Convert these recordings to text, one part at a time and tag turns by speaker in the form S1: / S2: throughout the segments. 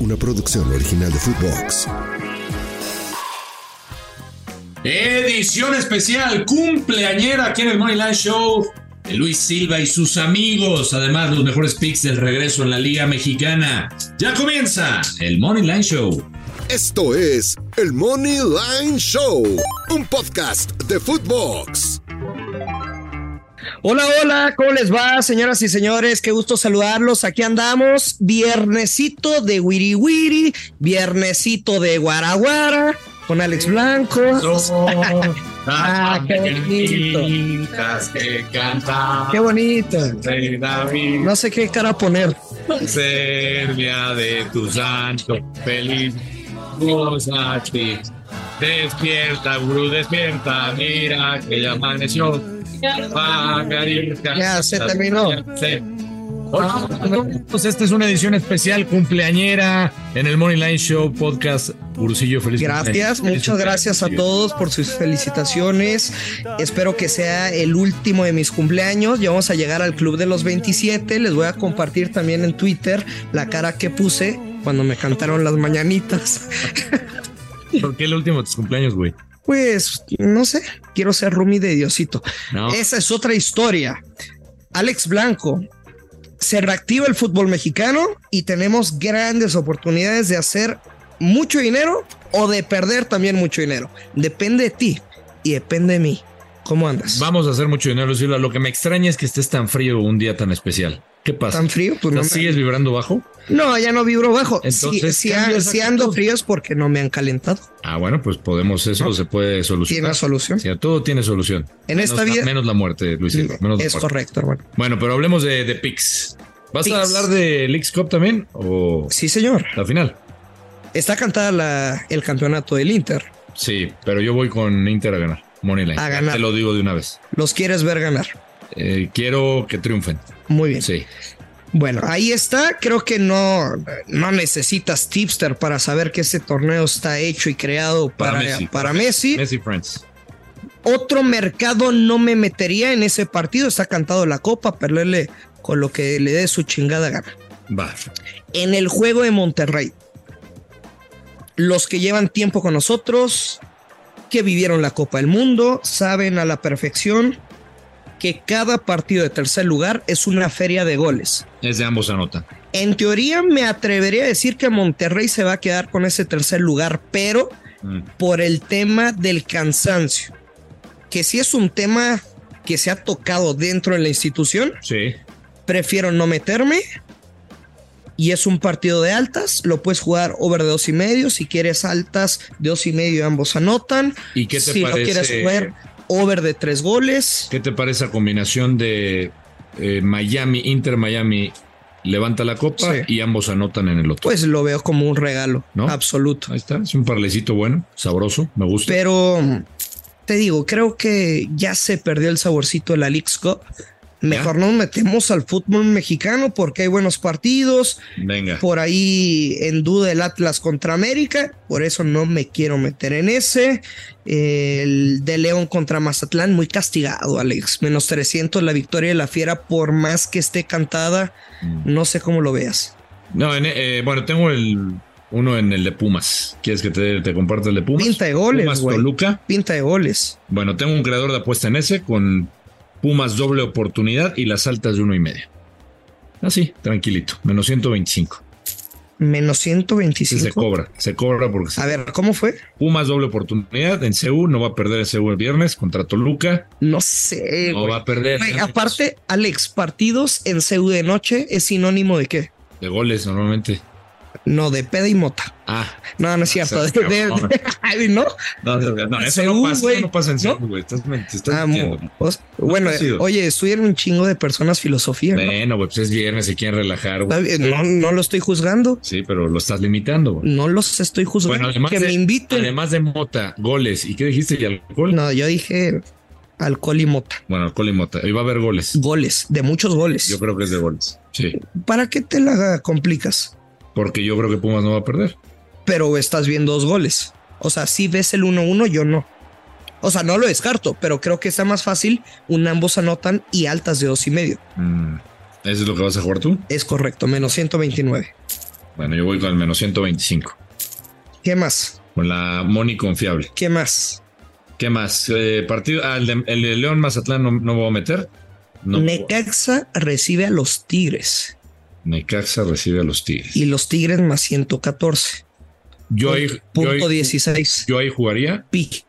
S1: una producción original de Footbox.
S2: Edición especial, cumpleañera aquí en el Moneyline Show de Luis Silva y sus amigos. Además, los mejores picks del regreso en la Liga Mexicana. Ya comienza el Moneyline Show.
S1: Esto es el Money Line Show, un podcast de Footbox.
S3: Hola, hola, ¿cómo les va, señoras y señores? Qué gusto saludarlos. Aquí andamos, viernesito de Wiri Wiri, viernesito de Guaraguara, con Alex Blanco. Ah, qué bonito.
S4: que canta
S3: Qué bonito.
S4: Rey David,
S3: No sé qué cara poner.
S4: Serbia de tu santo, feliz gozate. Despierta, gurú, despierta, mira que ya amaneció. Margarita,
S3: Ya se terminó.
S4: se-
S5: Pues esta es una edición especial cumpleañera en el Money Line Show podcast. Gurusillo, feliz
S3: Gracias,
S5: cumpleaños.
S3: muchas
S5: Feliz
S3: gracias a
S5: cumpleaños.
S3: todos por sus felicitaciones. Espero que sea el último de mis cumpleaños. Ya vamos a llegar al club de los 27. Les voy a compartir también en Twitter la cara que puse cuando me cantaron las mañanitas.
S5: ¿Por qué el último de tus cumpleaños, güey?
S3: Pues no sé, quiero ser Rumi de Diosito.
S5: No.
S3: Esa es otra historia. Alex Blanco. Se reactiva el fútbol mexicano y tenemos grandes oportunidades de hacer mucho dinero o de perder también mucho dinero. Depende de ti y depende de mí. ¿Cómo andas?
S5: Vamos a hacer mucho dinero, Luis Silva. Lo que me extraña es que estés tan frío un día tan especial. ¿Qué pasa?
S3: ¿Tan frío? Pues no,
S5: ¿Estás-
S3: me-
S5: ¿Sigues vibrando bajo?
S3: No, ya no vibro bajo. Si-
S5: Entonces,
S3: si,
S5: cambia esa
S3: si ando frío es porque no me han calentado.
S5: Ah, bueno, pues podemos, eso se puede
S3: Tiene
S5: solucionar.
S3: solución.
S5: Sí, a todo tiene solución.
S3: En
S5: Menos
S3: esta
S5: la-
S3: vida-
S5: Menos la muerte, Luis Silva. Menos la
S3: es
S5: muerte.
S3: correcto, hermano.
S5: Bueno, pero hablemos de, de picks. ¿Vas a
S3: Picks.
S5: hablar de Leagues Cup también? ¿O
S3: Sí, señor.
S5: la final?
S3: Está cantada la- el campeonato del Inter.
S5: Sí, pero yo voy con Inter a ganar. Moneyline.
S3: A ganar.
S5: Te lo digo de una vez.
S3: Los quieres ver ganar.
S5: Eh, quiero que triunfen.
S3: Muy bien.
S5: Sí.
S3: Bueno, ahí está. Creo que no, no necesitas tipster para saber que este torneo está hecho y creado para,
S5: Para
S3: para Messi.
S5: Messi. Messi Friends.
S3: Otro mercado no me metería en ese partido. Está cantado la copa, perderle con lo que le dé su chingada gana.
S5: Va.
S3: En el juego de Monterrey, los que llevan tiempo con nosotros, que vivieron la Copa del Mundo, saben a la perfección que cada partido de tercer lugar es una feria de goles.
S5: Es de ambos anota.
S3: En teoría me atrevería a decir que Monterrey se va a quedar con ese tercer lugar, pero
S5: Mm.
S3: por el tema del cansancio, que si es un tema que se ha tocado dentro de la institución,
S5: Sí.
S3: prefiero no meterme. Y es un partido de altas, lo puedes jugar over de dos y medio, si quieres altas de dos y medio y ambos anotan,
S5: ¿Y qué te
S3: si lo
S5: parece?
S3: quieres jugar over de tres goles,
S5: ¿Qué te parece la combinación de eh, Miami, Inter Miami levanta la copa
S3: Sí.
S5: y ambos anotan en el otro?
S3: pues lo veo como un regalo
S5: ¿No?
S3: absoluto.
S5: Ahí está. Es un parlecito bueno, sabroso, me gusta.
S3: Pero te digo, creo que ya se perdió el saborcito de la Leagues Cup. Mejor nos metemos al fútbol mexicano porque hay buenos partidos.
S5: Venga.
S3: Por ahí en duda el Atlas contra América. Por eso no me quiero meter en ese. El de León contra Mazatlán, muy castigado, Alex. Menos 300 la victoria de la Fiera, por más que esté cantada.
S5: Mm.
S3: No sé cómo lo veas.
S5: No, en- eh, bueno, tengo el uno en el de Pumas. ¿Quieres que te, te comparta el de Pumas?
S3: Pinta de goles,
S5: Pumas
S3: güey.
S5: Toluca.
S3: Pinta de goles.
S5: Bueno, tengo un creador de apuesta en ese con Pumas doble oportunidad y las altas de uno y medio. Así, tranquilito, menos 125.
S3: Menos
S5: Ese se
S3: 125.
S5: cobra, se cobra porque se-
S3: A ver, ¿cómo fue?
S5: Pumas doble oportunidad en CU, no va a perder en CU el viernes contra Toluca,
S3: No sé.
S5: no
S3: güey.
S5: va a perder
S3: Güey, aparte, Alex, partidos en CU de noche es sinónimo de qué?
S5: de goles normalmente.
S3: No, de peda y mota.
S5: Ah,
S3: No, no es cierto.
S5: seas
S3: De- de-
S5: cabrón.
S3: Ay, ¿no?
S5: no, no, no, eso
S3: CU,
S5: no pasa,
S3: güey.
S5: eso no pasa en
S3: ¿No?
S5: CU, güey. Estás, men- te estás
S3: Ah,
S5: mintiendo.
S3: mo- o- bueno,
S5: ha sido.
S3: oye, estudian un chingo de personas filosofía. ¿no?
S5: Bueno, güey, pues es viernes, se quieren relajar, güey.
S3: Está bien, No, no lo estoy juzgando.
S5: Sí, pero lo estás limitando, güey.
S3: No los estoy
S5: Bueno,
S3: juzgando.
S5: además
S3: que
S5: de-
S3: me inviten.
S5: Además de mota, goles. ¿Y qué dijiste? ¿Y alcohol?
S3: No, yo dije alcohol y mota.
S5: Bueno, alcohol y mota. Hoy va a haber goles.
S3: Goles, de muchos goles.
S5: Yo creo que es de goles. Sí.
S3: ¿Para qué te la complicas?
S5: Porque yo creo que Pumas no va a perder.
S3: Pero estás viendo dos goles. O sea, si ves el 1-1, yo no. O sea, no lo descarto, pero creo que está más fácil un ambos anotan y altas de dos y medio.
S5: Mm. ¿Eso es lo que vas a jugar tú?
S3: Es correcto, menos 129.
S5: Bueno, yo voy con el menos 125.
S3: ¿Qué más?
S5: Con la Moni confiable.
S3: ¿Qué más?
S5: ¿Qué más? Eh, partido, ah, el, de, el de León Mazatlán no, no voy a meter. No.
S3: Necaxa recibe a los Tigres
S5: Necaxa recibe a los Tigres.
S3: y los Tigres más 114.
S5: Yo ahí, yo,
S3: Punto
S5: ahí,
S3: 16.
S5: yo ahí jugaría
S3: Pick.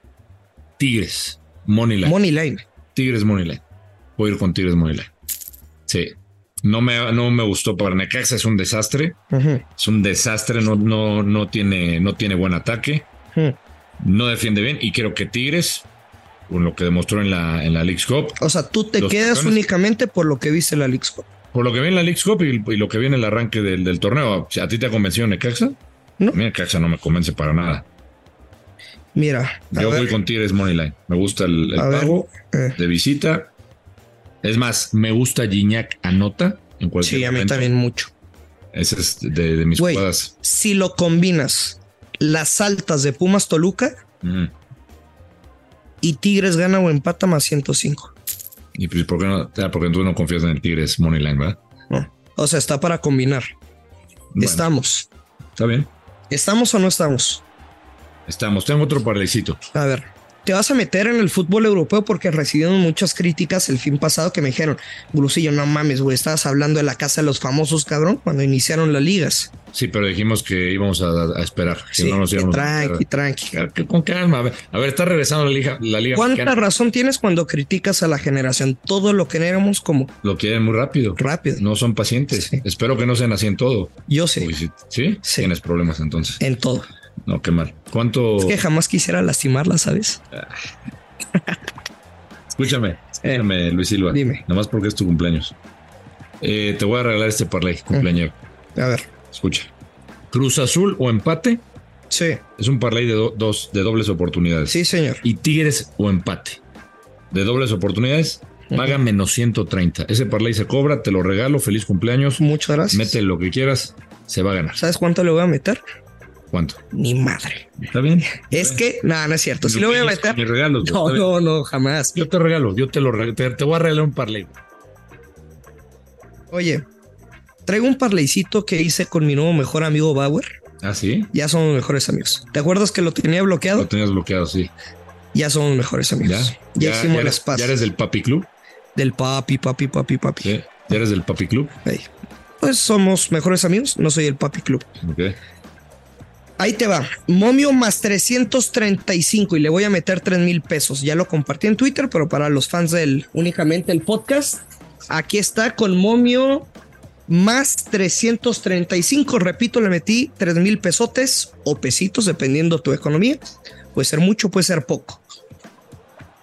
S5: Tigres. Money line.
S3: Money line.
S5: Tigres Moneyline. Voy a ir con Tigres Moneyline. Sí. No me, no me gustó para Necaxa, es un desastre.
S3: Ujú,
S5: Es un desastre, no, no, no, tiene, no tiene buen ataque,
S3: ujú.
S5: no defiende bien y creo que Tigres, con lo que demostró en la, en la League Cup,
S3: O sea, tú te
S5: Los
S3: quedas
S5: campeones.
S3: únicamente por lo que viste en la League Cup.
S5: por lo que vi en la League Cup y, y lo que vi en el arranque del, del torneo, ¿a ti te ha convencido Necaxa?
S3: No.
S5: A mí Necaxa no me convence para nada.
S3: Mira, a
S5: Yo
S3: ver,
S5: voy con Tigres Moneyline, me gusta el, el
S3: a ver,
S5: pago
S3: eh,
S5: de visita. Es más, me gusta Gignac anota en cualquier
S3: sí, a mí
S5: momento.
S3: también mucho.
S5: Ese es de, de mis
S3: Güey.
S5: jugadas.
S3: Si lo combinas las altas de Pumas Toluca
S5: Mm.
S3: y Tigres gana o empata más 105.
S5: ¿Y pues, por qué no? Ah, porque tú no confías en el Tigres Moneyline, ¿verdad?
S3: O sea, está para combinar.
S5: Bueno,
S3: Estamos.
S5: Está bien.
S3: ¿Estamos o no estamos?
S5: Estamos. Tengo otro parlecito.
S3: A ver, te vas a meter en el fútbol europeo porque recibieron muchas críticas el fin pasado que me dijeron, Brusillo, no mames, güey, estabas hablando de la casa de los famosos, cabrón, cuando iniciaron las ligas.
S5: Sí, pero dijimos que íbamos a, a esperar. Que
S3: Sí,
S5: no nos
S3: que
S5: íbamos a
S3: tranqui,
S5: meter.
S3: tranqui.
S5: Que- Con calma. A ver, a ver, está regresando la liga. La liga
S3: ¿Cuánta
S5: mexicana.
S3: razón tienes cuando criticas a la generación? Todo lo que éramos como
S5: Lo quieren muy rápido.
S3: rápido.
S5: No son pacientes.
S3: Sí.
S5: Espero que no sean así en todo.
S3: Yo sé,
S5: Uy, sí. ¿Sí?
S3: Sí.
S5: Tienes problemas entonces.
S3: en todo.
S5: No, qué mal. ¿Cuánto?
S3: Es que jamás quisiera lastimarla, ¿sabes?
S5: Escúchame, escúchame, Luis Silva.
S3: Eh. dime.
S5: Nomás porque es tu cumpleaños. Eh, te voy a regalar este parlay,
S3: Ah.
S5: cumpleañero.
S3: A ver,
S5: Escucha. Cruz Azul o empate.
S3: sí,
S5: Es un parlay de, do- dos, de dobles oportunidades.
S3: sí, señor.
S5: Y Tigres o empate. De dobles oportunidades, paga menos 130. Ese parlay se cobra, te lo regalo. Feliz cumpleaños.
S3: Muchas gracias.
S5: Mete lo que quieras, se va a ganar.
S3: ¿Sabes cuánto le voy a meter?
S5: ¿Cuánto?
S3: Ni madre.
S5: ¿Está bien?
S3: Es
S5: Pues,
S3: que, no, no es cierto. Pues Sí le voy a
S5: Mis
S3: meter.
S5: regalos, güey,
S3: No,
S5: está bien.
S3: no, no, jamás.
S5: Yo te regalo, yo te lo re- te, te voy a regalar un parlay.
S3: Oye, traigo un parleycito que hice con mi nuevo mejor amigo Bauer.
S5: Ah, sí.
S3: Ya somos mejores amigos. ¿Te acuerdas que lo tenía
S5: Lo
S3: bloqueado?
S5: tenías bloqueado, sí.
S3: Ya somos mejores
S5: Ya,
S3: amigos. Pues, Ya, hicimos
S5: eres,
S3: las paces.
S5: ya eres del Papi Club.
S3: Del papi, papi, papi, papi.
S5: ¿sí? Ya eres del Papi Club.
S3: Ahí. Pues somos mejores amigos. No soy el papi club.
S5: Ok.
S3: Ahí te va. Momio más 335 y le voy a meter 3 mil pesos. Ya lo compartí en Twitter, pero para los fans del únicamente el podcast, aquí está con Momio más 335. Repito, le metí 3 mil pesotes o pesitos, dependiendo tu economía. Puede ser mucho, puede ser poco.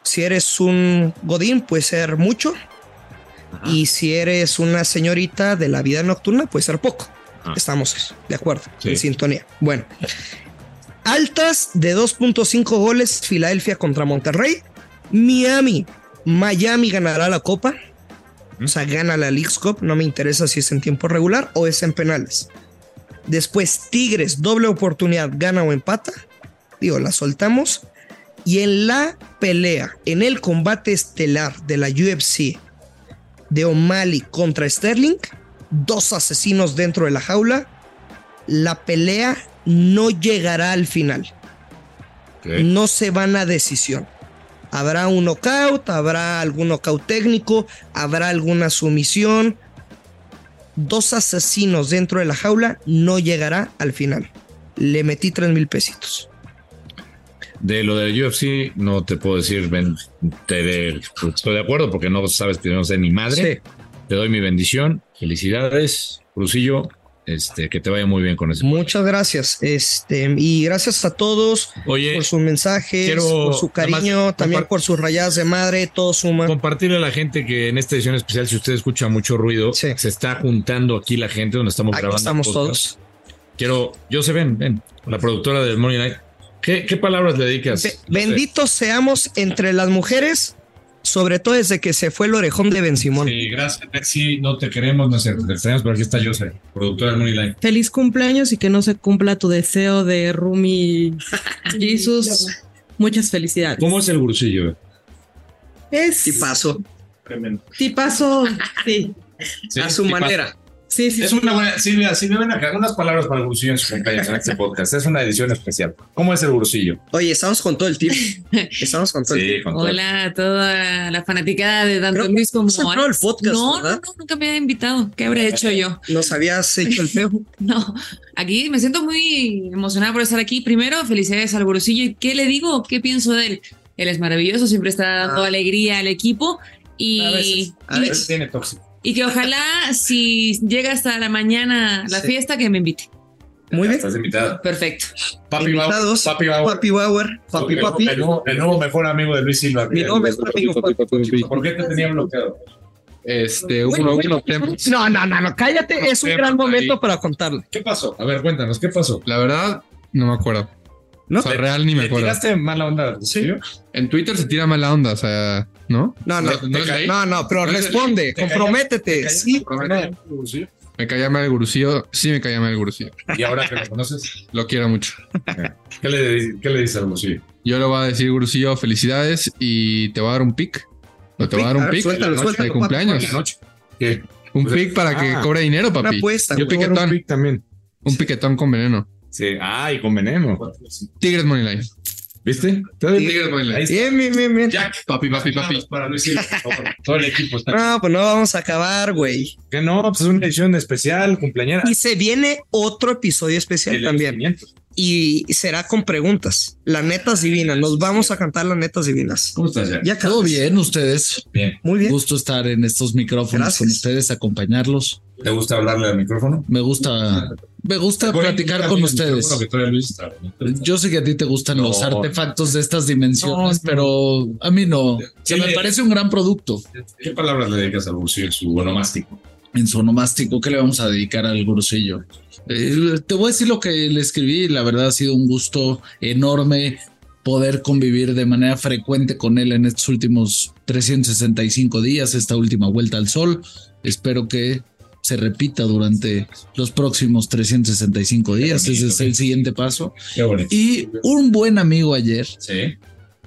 S3: Si eres un godín, puede ser mucho. Y si eres una señorita de la vida nocturna, puede ser poco.
S5: Ajá.
S3: Estamos de acuerdo,
S5: Sí.
S3: en sintonía. Bueno, altas de 2.5 goles, Filadelfia contra Monterrey. Miami, Miami ganará la Copa. O sea, gana la League's Cup. No me interesa si es en tiempo regular o es en penales. Después, Tigres, doble oportunidad, gana o empata. Digo, la soltamos. Y en la pelea, en el combate estelar de la UFC de O'Malley contra Sterling, dos asesinos dentro de la jaula, la pelea no llegará al final.
S5: ok.
S3: No se van a decisión. Habrá un knockout, habrá algún knockout técnico, habrá alguna sumisión. Dos asesinos dentro de la jaula no llegará al final. Le metí tres mil pesitos.
S5: De lo del UFC no te puedo decir, ven, te de- estoy de acuerdo porque no sabes que no sé ni madre. Te doy mi bendición, felicidades, Crucillo, este, que te vaya muy bien con
S3: Sí,
S5: ese.
S3: Muchas gracias. Este, y gracias a todos
S5: Oye,
S3: por sus mensajes,
S5: quiero-
S3: por su
S5: nada más
S3: cariño, también
S5: compar-
S3: por sus rayadas de madre, todo suma.
S5: compartirle a la gente que en esta edición especial, si usted escucha mucho ruido,
S3: Sí.
S5: se está juntando aquí la gente donde estamos
S3: Aquí
S5: grabando.
S3: estamos
S5: podcast.
S3: todos.
S5: Quiero, yo se ven, ven, la productora del Money Night. ¿Qué, qué palabras le dedicas?
S3: Be-
S5: No sé.
S3: benditos seamos entre las mujeres, sobre todo desde que se fue el orejón de Ben Simón.
S5: Sí, gracias, Betsy. No te queremos, no sé, te extrañamos, pero aquí está Jose, productora del Money Line.
S6: Feliz cumpleaños y que no se cumpla tu deseo de Rumi Jesus. Muchas felicidades.
S5: ¿Cómo es el Gurusillo?
S6: Es
S3: Y paso
S6: tipazo, sí.
S5: Sí,
S3: a su
S5: tipazo.
S3: manera.
S7: Sí, sí.
S5: Es una buena. Silvia, Silvia, ven acá. Unas palabras para el Gurusillo en su cumpleaños en este podcast. Es una edición especial. ¿Cómo es el Gurusillo?
S3: Oye, estamos con todo el tiempo. Estamos con todo el tiempo.
S5: Sí, con todo.
S7: Hola a toda la fanaticada de
S3: Creo
S7: Danton
S3: que
S7: Luis como
S3: hemos entrado al podcast,
S7: no, no,
S3: ¿verdad? Eh,
S7: no, nunca me había invitado. ¿Qué habré hecho yo?
S3: Nos habías hecho el feo.
S7: No, aquí me siento muy emocionada por estar aquí. Primero, felicidades al Gurusillo. ¿Y ¿Qué le digo? ¿Qué pienso de él? Él es maravilloso, siempre está dando
S3: Ah.
S7: alegría al equipo. Y,
S3: A veces, a
S7: y-
S5: Eso tiene tóxico.
S7: y que ojalá, si llega hasta la mañana la
S3: Sí.
S7: fiesta, que me invite.
S3: Muy bien.
S5: Estás invitada.
S7: Perfecto.
S5: Papi Bauer.
S3: Invitados,
S5: Papi Bauer.
S3: Papi Bauer, papi,
S5: El-
S3: papi.
S5: El nuevo, el nuevo mejor amigo de Luis Silva.
S3: Mi nuevo mejor amigo.
S5: ¿Por qué te tenía bloqueado?
S8: Este, uno, uno,
S3: No, no, no, no, cállate. Es un gran momento para contarlo.
S5: ¿Qué pasó?
S8: A ver, cuéntanos, ¿qué pasó?
S9: La verdad, no me acuerdo.
S3: ¿No?
S9: O sea, real ni me
S5: ¿Te
S9: acuerdo.
S5: tiraste mala onda? al Gurusillo?
S9: En Twitter se tira mala onda, o sea, ¿no?
S3: No, no,
S9: ¿Te-
S3: no,
S9: te caí?
S3: no, no, pero responde,
S5: ¿Te caí?
S3: comprométete.
S5: caí?
S3: Sí,
S9: Me caía mal el gurusillo, sí me caía mal el gurusillo.
S5: Y ahora que lo conoces,
S9: Lo quiero mucho.
S5: ¿qué le, qué le dices al Gurusillo?
S9: Yo le voy a decir, gurusillo, felicidades y te voy a dar un pic. O te voy a dar
S3: A
S9: un
S3: ver,
S9: pic
S3: suéltalo,
S9: de
S3: suéltalo,
S9: cumpleaños.
S3: papi.
S5: Noche. ¿Qué?
S9: Un pic para que
S5: Ah.
S9: cobre dinero,
S3: una
S9: papi.
S3: apuesta.
S9: Yo
S3: güey.
S9: piquetón, un,
S5: también.
S9: piquetón con veneno.
S5: Sí. Ah, y con veneno.
S9: Tigres Moneyline.
S5: ¿Viste?
S9: Tigres Moneyline.
S5: Ahí está.
S3: Bien, bien, bien, bien.
S5: Jack,
S9: Papi, papi, papi.
S5: papi, para Luis Silva, por favor. Todo el equipo está.
S3: No, pues no vamos a acabar, güey.
S5: Que no, pues es una edición especial, cumpleañera.
S3: Y se viene otro episodio especial
S5: El
S3: también.
S5: 500.
S3: Y será con preguntas. Las netas divinas. Nos vamos a cantar las netas divinas.
S10: ¿Cómo estás, Jack?
S3: Ya acabó.
S11: Todo bien, ustedes.
S3: Muy bien.
S11: Gusto estar en estos micrófonos
S3: Gracias.
S11: con ustedes, acompañarlos.
S5: ¿Te gusta hablarle al micrófono?
S11: Me gusta, me gusta platicar con ustedes.
S5: que trae Luis está.
S11: Yo sé que a ti te gustan
S5: No.
S11: los artefactos de estas dimensiones, pero a mí no. Se
S5: Sí,
S11: me
S5: le-
S11: parece un gran producto.
S5: ¿Qué palabras le dedicas al Gurusillo en su onomástico?
S11: En su onomástico, ¿qué le vamos a dedicar al gurusillo? Eh, te voy a decir lo que le escribí. La verdad ha sido un gusto enorme poder convivir de manera frecuente con él en estos últimos 365 días, esta última vuelta al sol. Espero que se repita durante los próximos 365 días. Ese es el siguiente paso.
S5: Qué bonito.
S11: Y un buen amigo ayer
S5: Sí.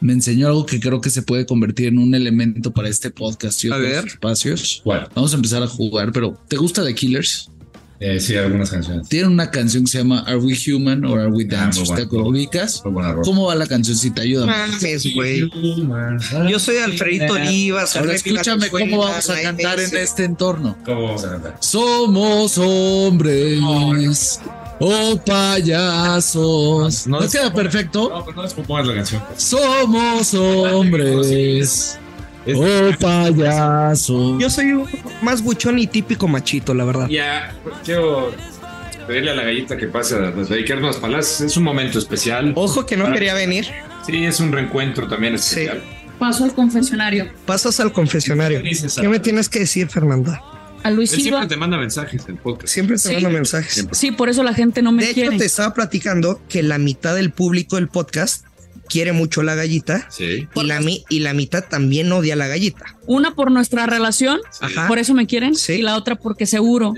S11: me enseñó algo que creo que se puede convertir en un elemento para este podcast y
S3: A
S11: otros
S3: ver.
S11: espacios.
S5: Bueno,
S11: Vamos a empezar a jugar, pero ¿te gusta The Killers?
S5: eh, sí, algunas canciones.
S11: Tienen una canción que se llama Are We Human or Are We Dancers?
S5: muy
S11: ¿Te
S5: bueno.
S11: ubicas?
S5: Muy buena rola.
S11: ¿Cómo va la cancioncita? Ayúdame.
S3: Mames, güey. Yo soy Alfredito Olivas.
S11: Ahora
S3: Rebeca
S11: escúchame
S3: Cozuela,
S11: cómo vamos a
S3: Nay
S11: cantar en
S3: Messi.
S11: este entorno.
S5: ¿Cómo vamos a cantar?
S11: Somos hombres o payasos.
S5: No,
S11: ¿No
S5: no
S11: queda perfecto?
S5: No, pero no descompongas la canción. pues.
S11: Somos hombres
S5: Es-
S11: o payasos.
S3: Yo soy un más buchón y típico machito, la verdad.
S5: Ya, quiero pedirle a la gallita que pase a dedicarnos a Palaz. Es un momento especial.
S3: Ojo que no quería venir.
S5: Sí, es un reencuentro también especial.
S6: Paso al confesionario.
S3: Pasas al confesionario.
S5: dices,
S3: ¿Qué me tienes que decir, Fernanda?
S6: A Luis
S5: Él siempre
S6: Silva.
S5: te manda mensajes en podcast.
S3: Siempre te
S6: Sí.
S3: mando mensajes.
S6: Sí, por eso la gente no me
S3: De hecho,
S6: quiere.
S3: te estaba platicando que la mitad del público del podcast quiere mucho la gallita
S5: Sí.
S3: y la, mi- y la mitad también odia a la gallita.
S6: Una por nuestra relación,
S3: Ajá.
S6: por eso me quieren,
S3: Ah. Sí.
S6: y la otra porque seguro.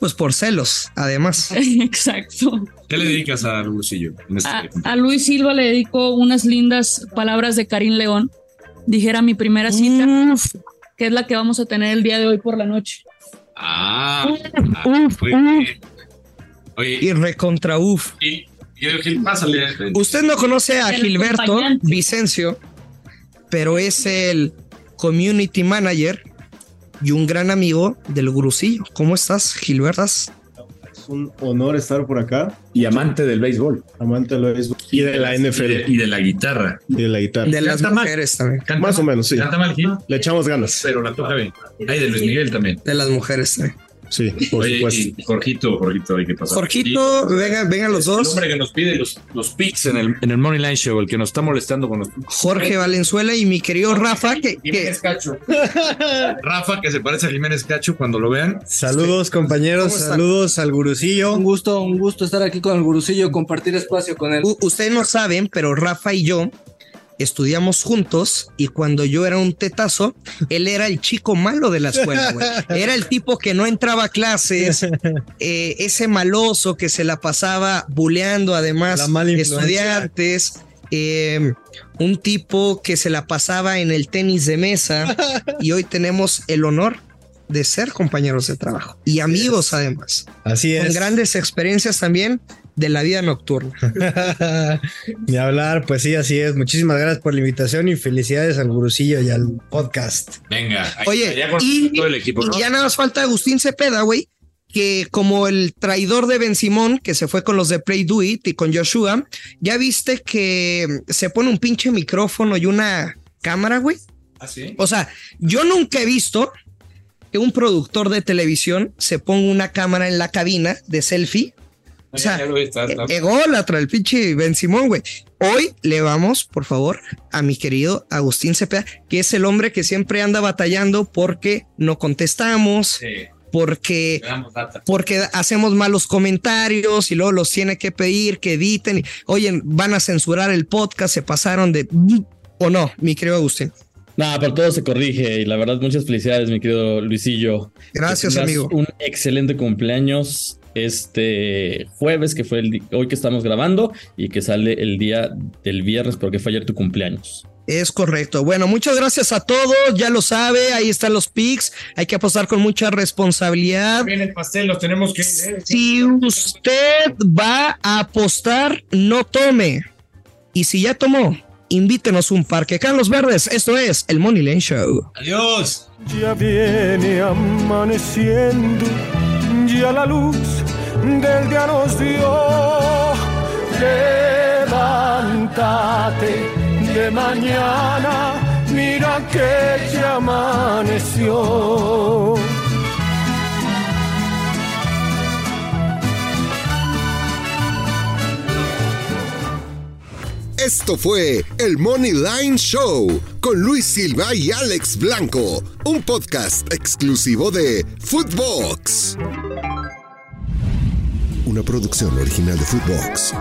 S3: Pues por celos, además.
S6: Exacto.
S5: ¿Qué le dedicas al Gurusillo? en este
S6: A,
S5: tiempo?
S6: a Luis Silva le dedico unas lindas palabras de Karim León. Dijera mi primera cita, que es la que vamos a tener el día de hoy por la noche.
S5: Ah, ah,
S6: Uf,
S5: muy
S6: uf.
S5: bien. Oye,
S3: Y recontra uf.
S5: y, y Gil, pásale.
S3: Usted no conoce a
S6: El
S3: Gilberto
S6: acompañante.
S3: Vicencio, pero es el community manager y un gran amigo del Gurusillo. ¿Cómo estás, Gilberto? ¿Estás?
S12: Es un honor estar por acá,
S13: y amante del béisbol
S12: amante del béisbol y de la
S10: Y
S12: NFL
S10: de, y de la guitarra.
S12: y de la guitarra.
S3: De las
S10: está mal.
S3: mujeres también.
S10: Canta,
S12: Más o menos, sí.
S10: canta mal Gil,
S12: Le echamos ganas.
S10: pero la toca bien. Ay, de Luis Miguel también.
S3: De las mujeres también.
S12: Sí, por
S10: Oye,
S12: supuesto.
S10: y Jorgito, Jorgito, hay que pasar.
S3: Jorgito, vengan, vengan los
S10: El
S3: dos.
S10: hombre que nos pide los, los picks en el, en el Money Line Show, el que nos está molestando con los
S3: Jorge Valenzuela y mi querido Rafa, que, que
S10: Jiménez Cacho.
S5: Rafa, que se parece a Jiménez Cacho cuando lo vean.
S13: saludos compañeros
S3: ¿Cómo están?
S13: saludos al gurusillo
S14: Un gusto, un gusto estar aquí con el gurusillo, compartir espacio con él.
S3: U- Ustedes no saben, pero Rafa y yo estudiamos juntos y cuando yo era un tetazo, él era el chico malo de la escuela, güey. Era el tipo que no entraba a clases, eh, ese maloso que se la pasaba buleando además
S13: La mala influencia.
S3: estudiantes, eh, un tipo que se la pasaba en el tenis de mesa y hoy tenemos el honor de ser compañeros de trabajo y amigos además.
S12: Así es.
S3: Con grandes experiencias también de la vida nocturna.
S12: Ni hablar, pues sí, así es. Muchísimas gracias por la invitación y felicidades al gurusillo y al podcast.
S5: Venga, ahí-
S3: Oye,
S5: allá con
S3: y,
S5: todo el equipo. ¿no?
S3: y ya nada más falta Agustín Cepeda, güey, que como el traidor de Ben Simón, que se fue con los de Play Do It y con Joshua, ya viste que se pone un pinche micrófono y una cámara, güey.
S10: Ah,
S3: O sea, yo nunca he visto que un productor de televisión se ponga una cámara en la cabina de selfie. O sea,
S15: Ya lo vi,
S3: Eh,
S15: está- está-
S3: Ególatra, el pinche Ben Simón, güey. Hoy le vamos, por favor, a mi querido Agustín Cepeda, que es el hombre que siempre anda batallando porque no contestamos, porque, porque hacemos malos comentarios y luego los tiene que pedir que editen. Oye, van a censurar el podcast, se pasaron de... ¿O no, mi querido Agustín?
S11: Nada, pero todo se corrige y la verdad muchas felicidades, mi querido Luisillo.
S3: Gracias,
S11: Que tengas
S3: amigo.
S11: Un excelente cumpleaños este jueves, que fue el di- hoy que estamos grabando y que sale el día del viernes porque fue ayer tu cumpleaños.
S3: Es correcto. Bueno, muchas gracias a todos. Ya lo sabe, ahí están los pics. Hay que apostar con mucha responsabilidad.
S5: el pastel, los tenemos que.
S10: ¿eh?
S3: Si usted va a apostar, no tome. Y si ya tomó, invítenos un parque. Carlos Verdes, esto es el Money Lane Show.
S5: Adiós.
S16: Ya viene amaneciendo, ya la luz del día nos dio. Levántate de mañana, mira que ya amaneció.
S1: Esto fue el Money Line Show con Luis Silva y Alex Blanco, un podcast exclusivo de Footbox.
S17: Una producción original de Footbox.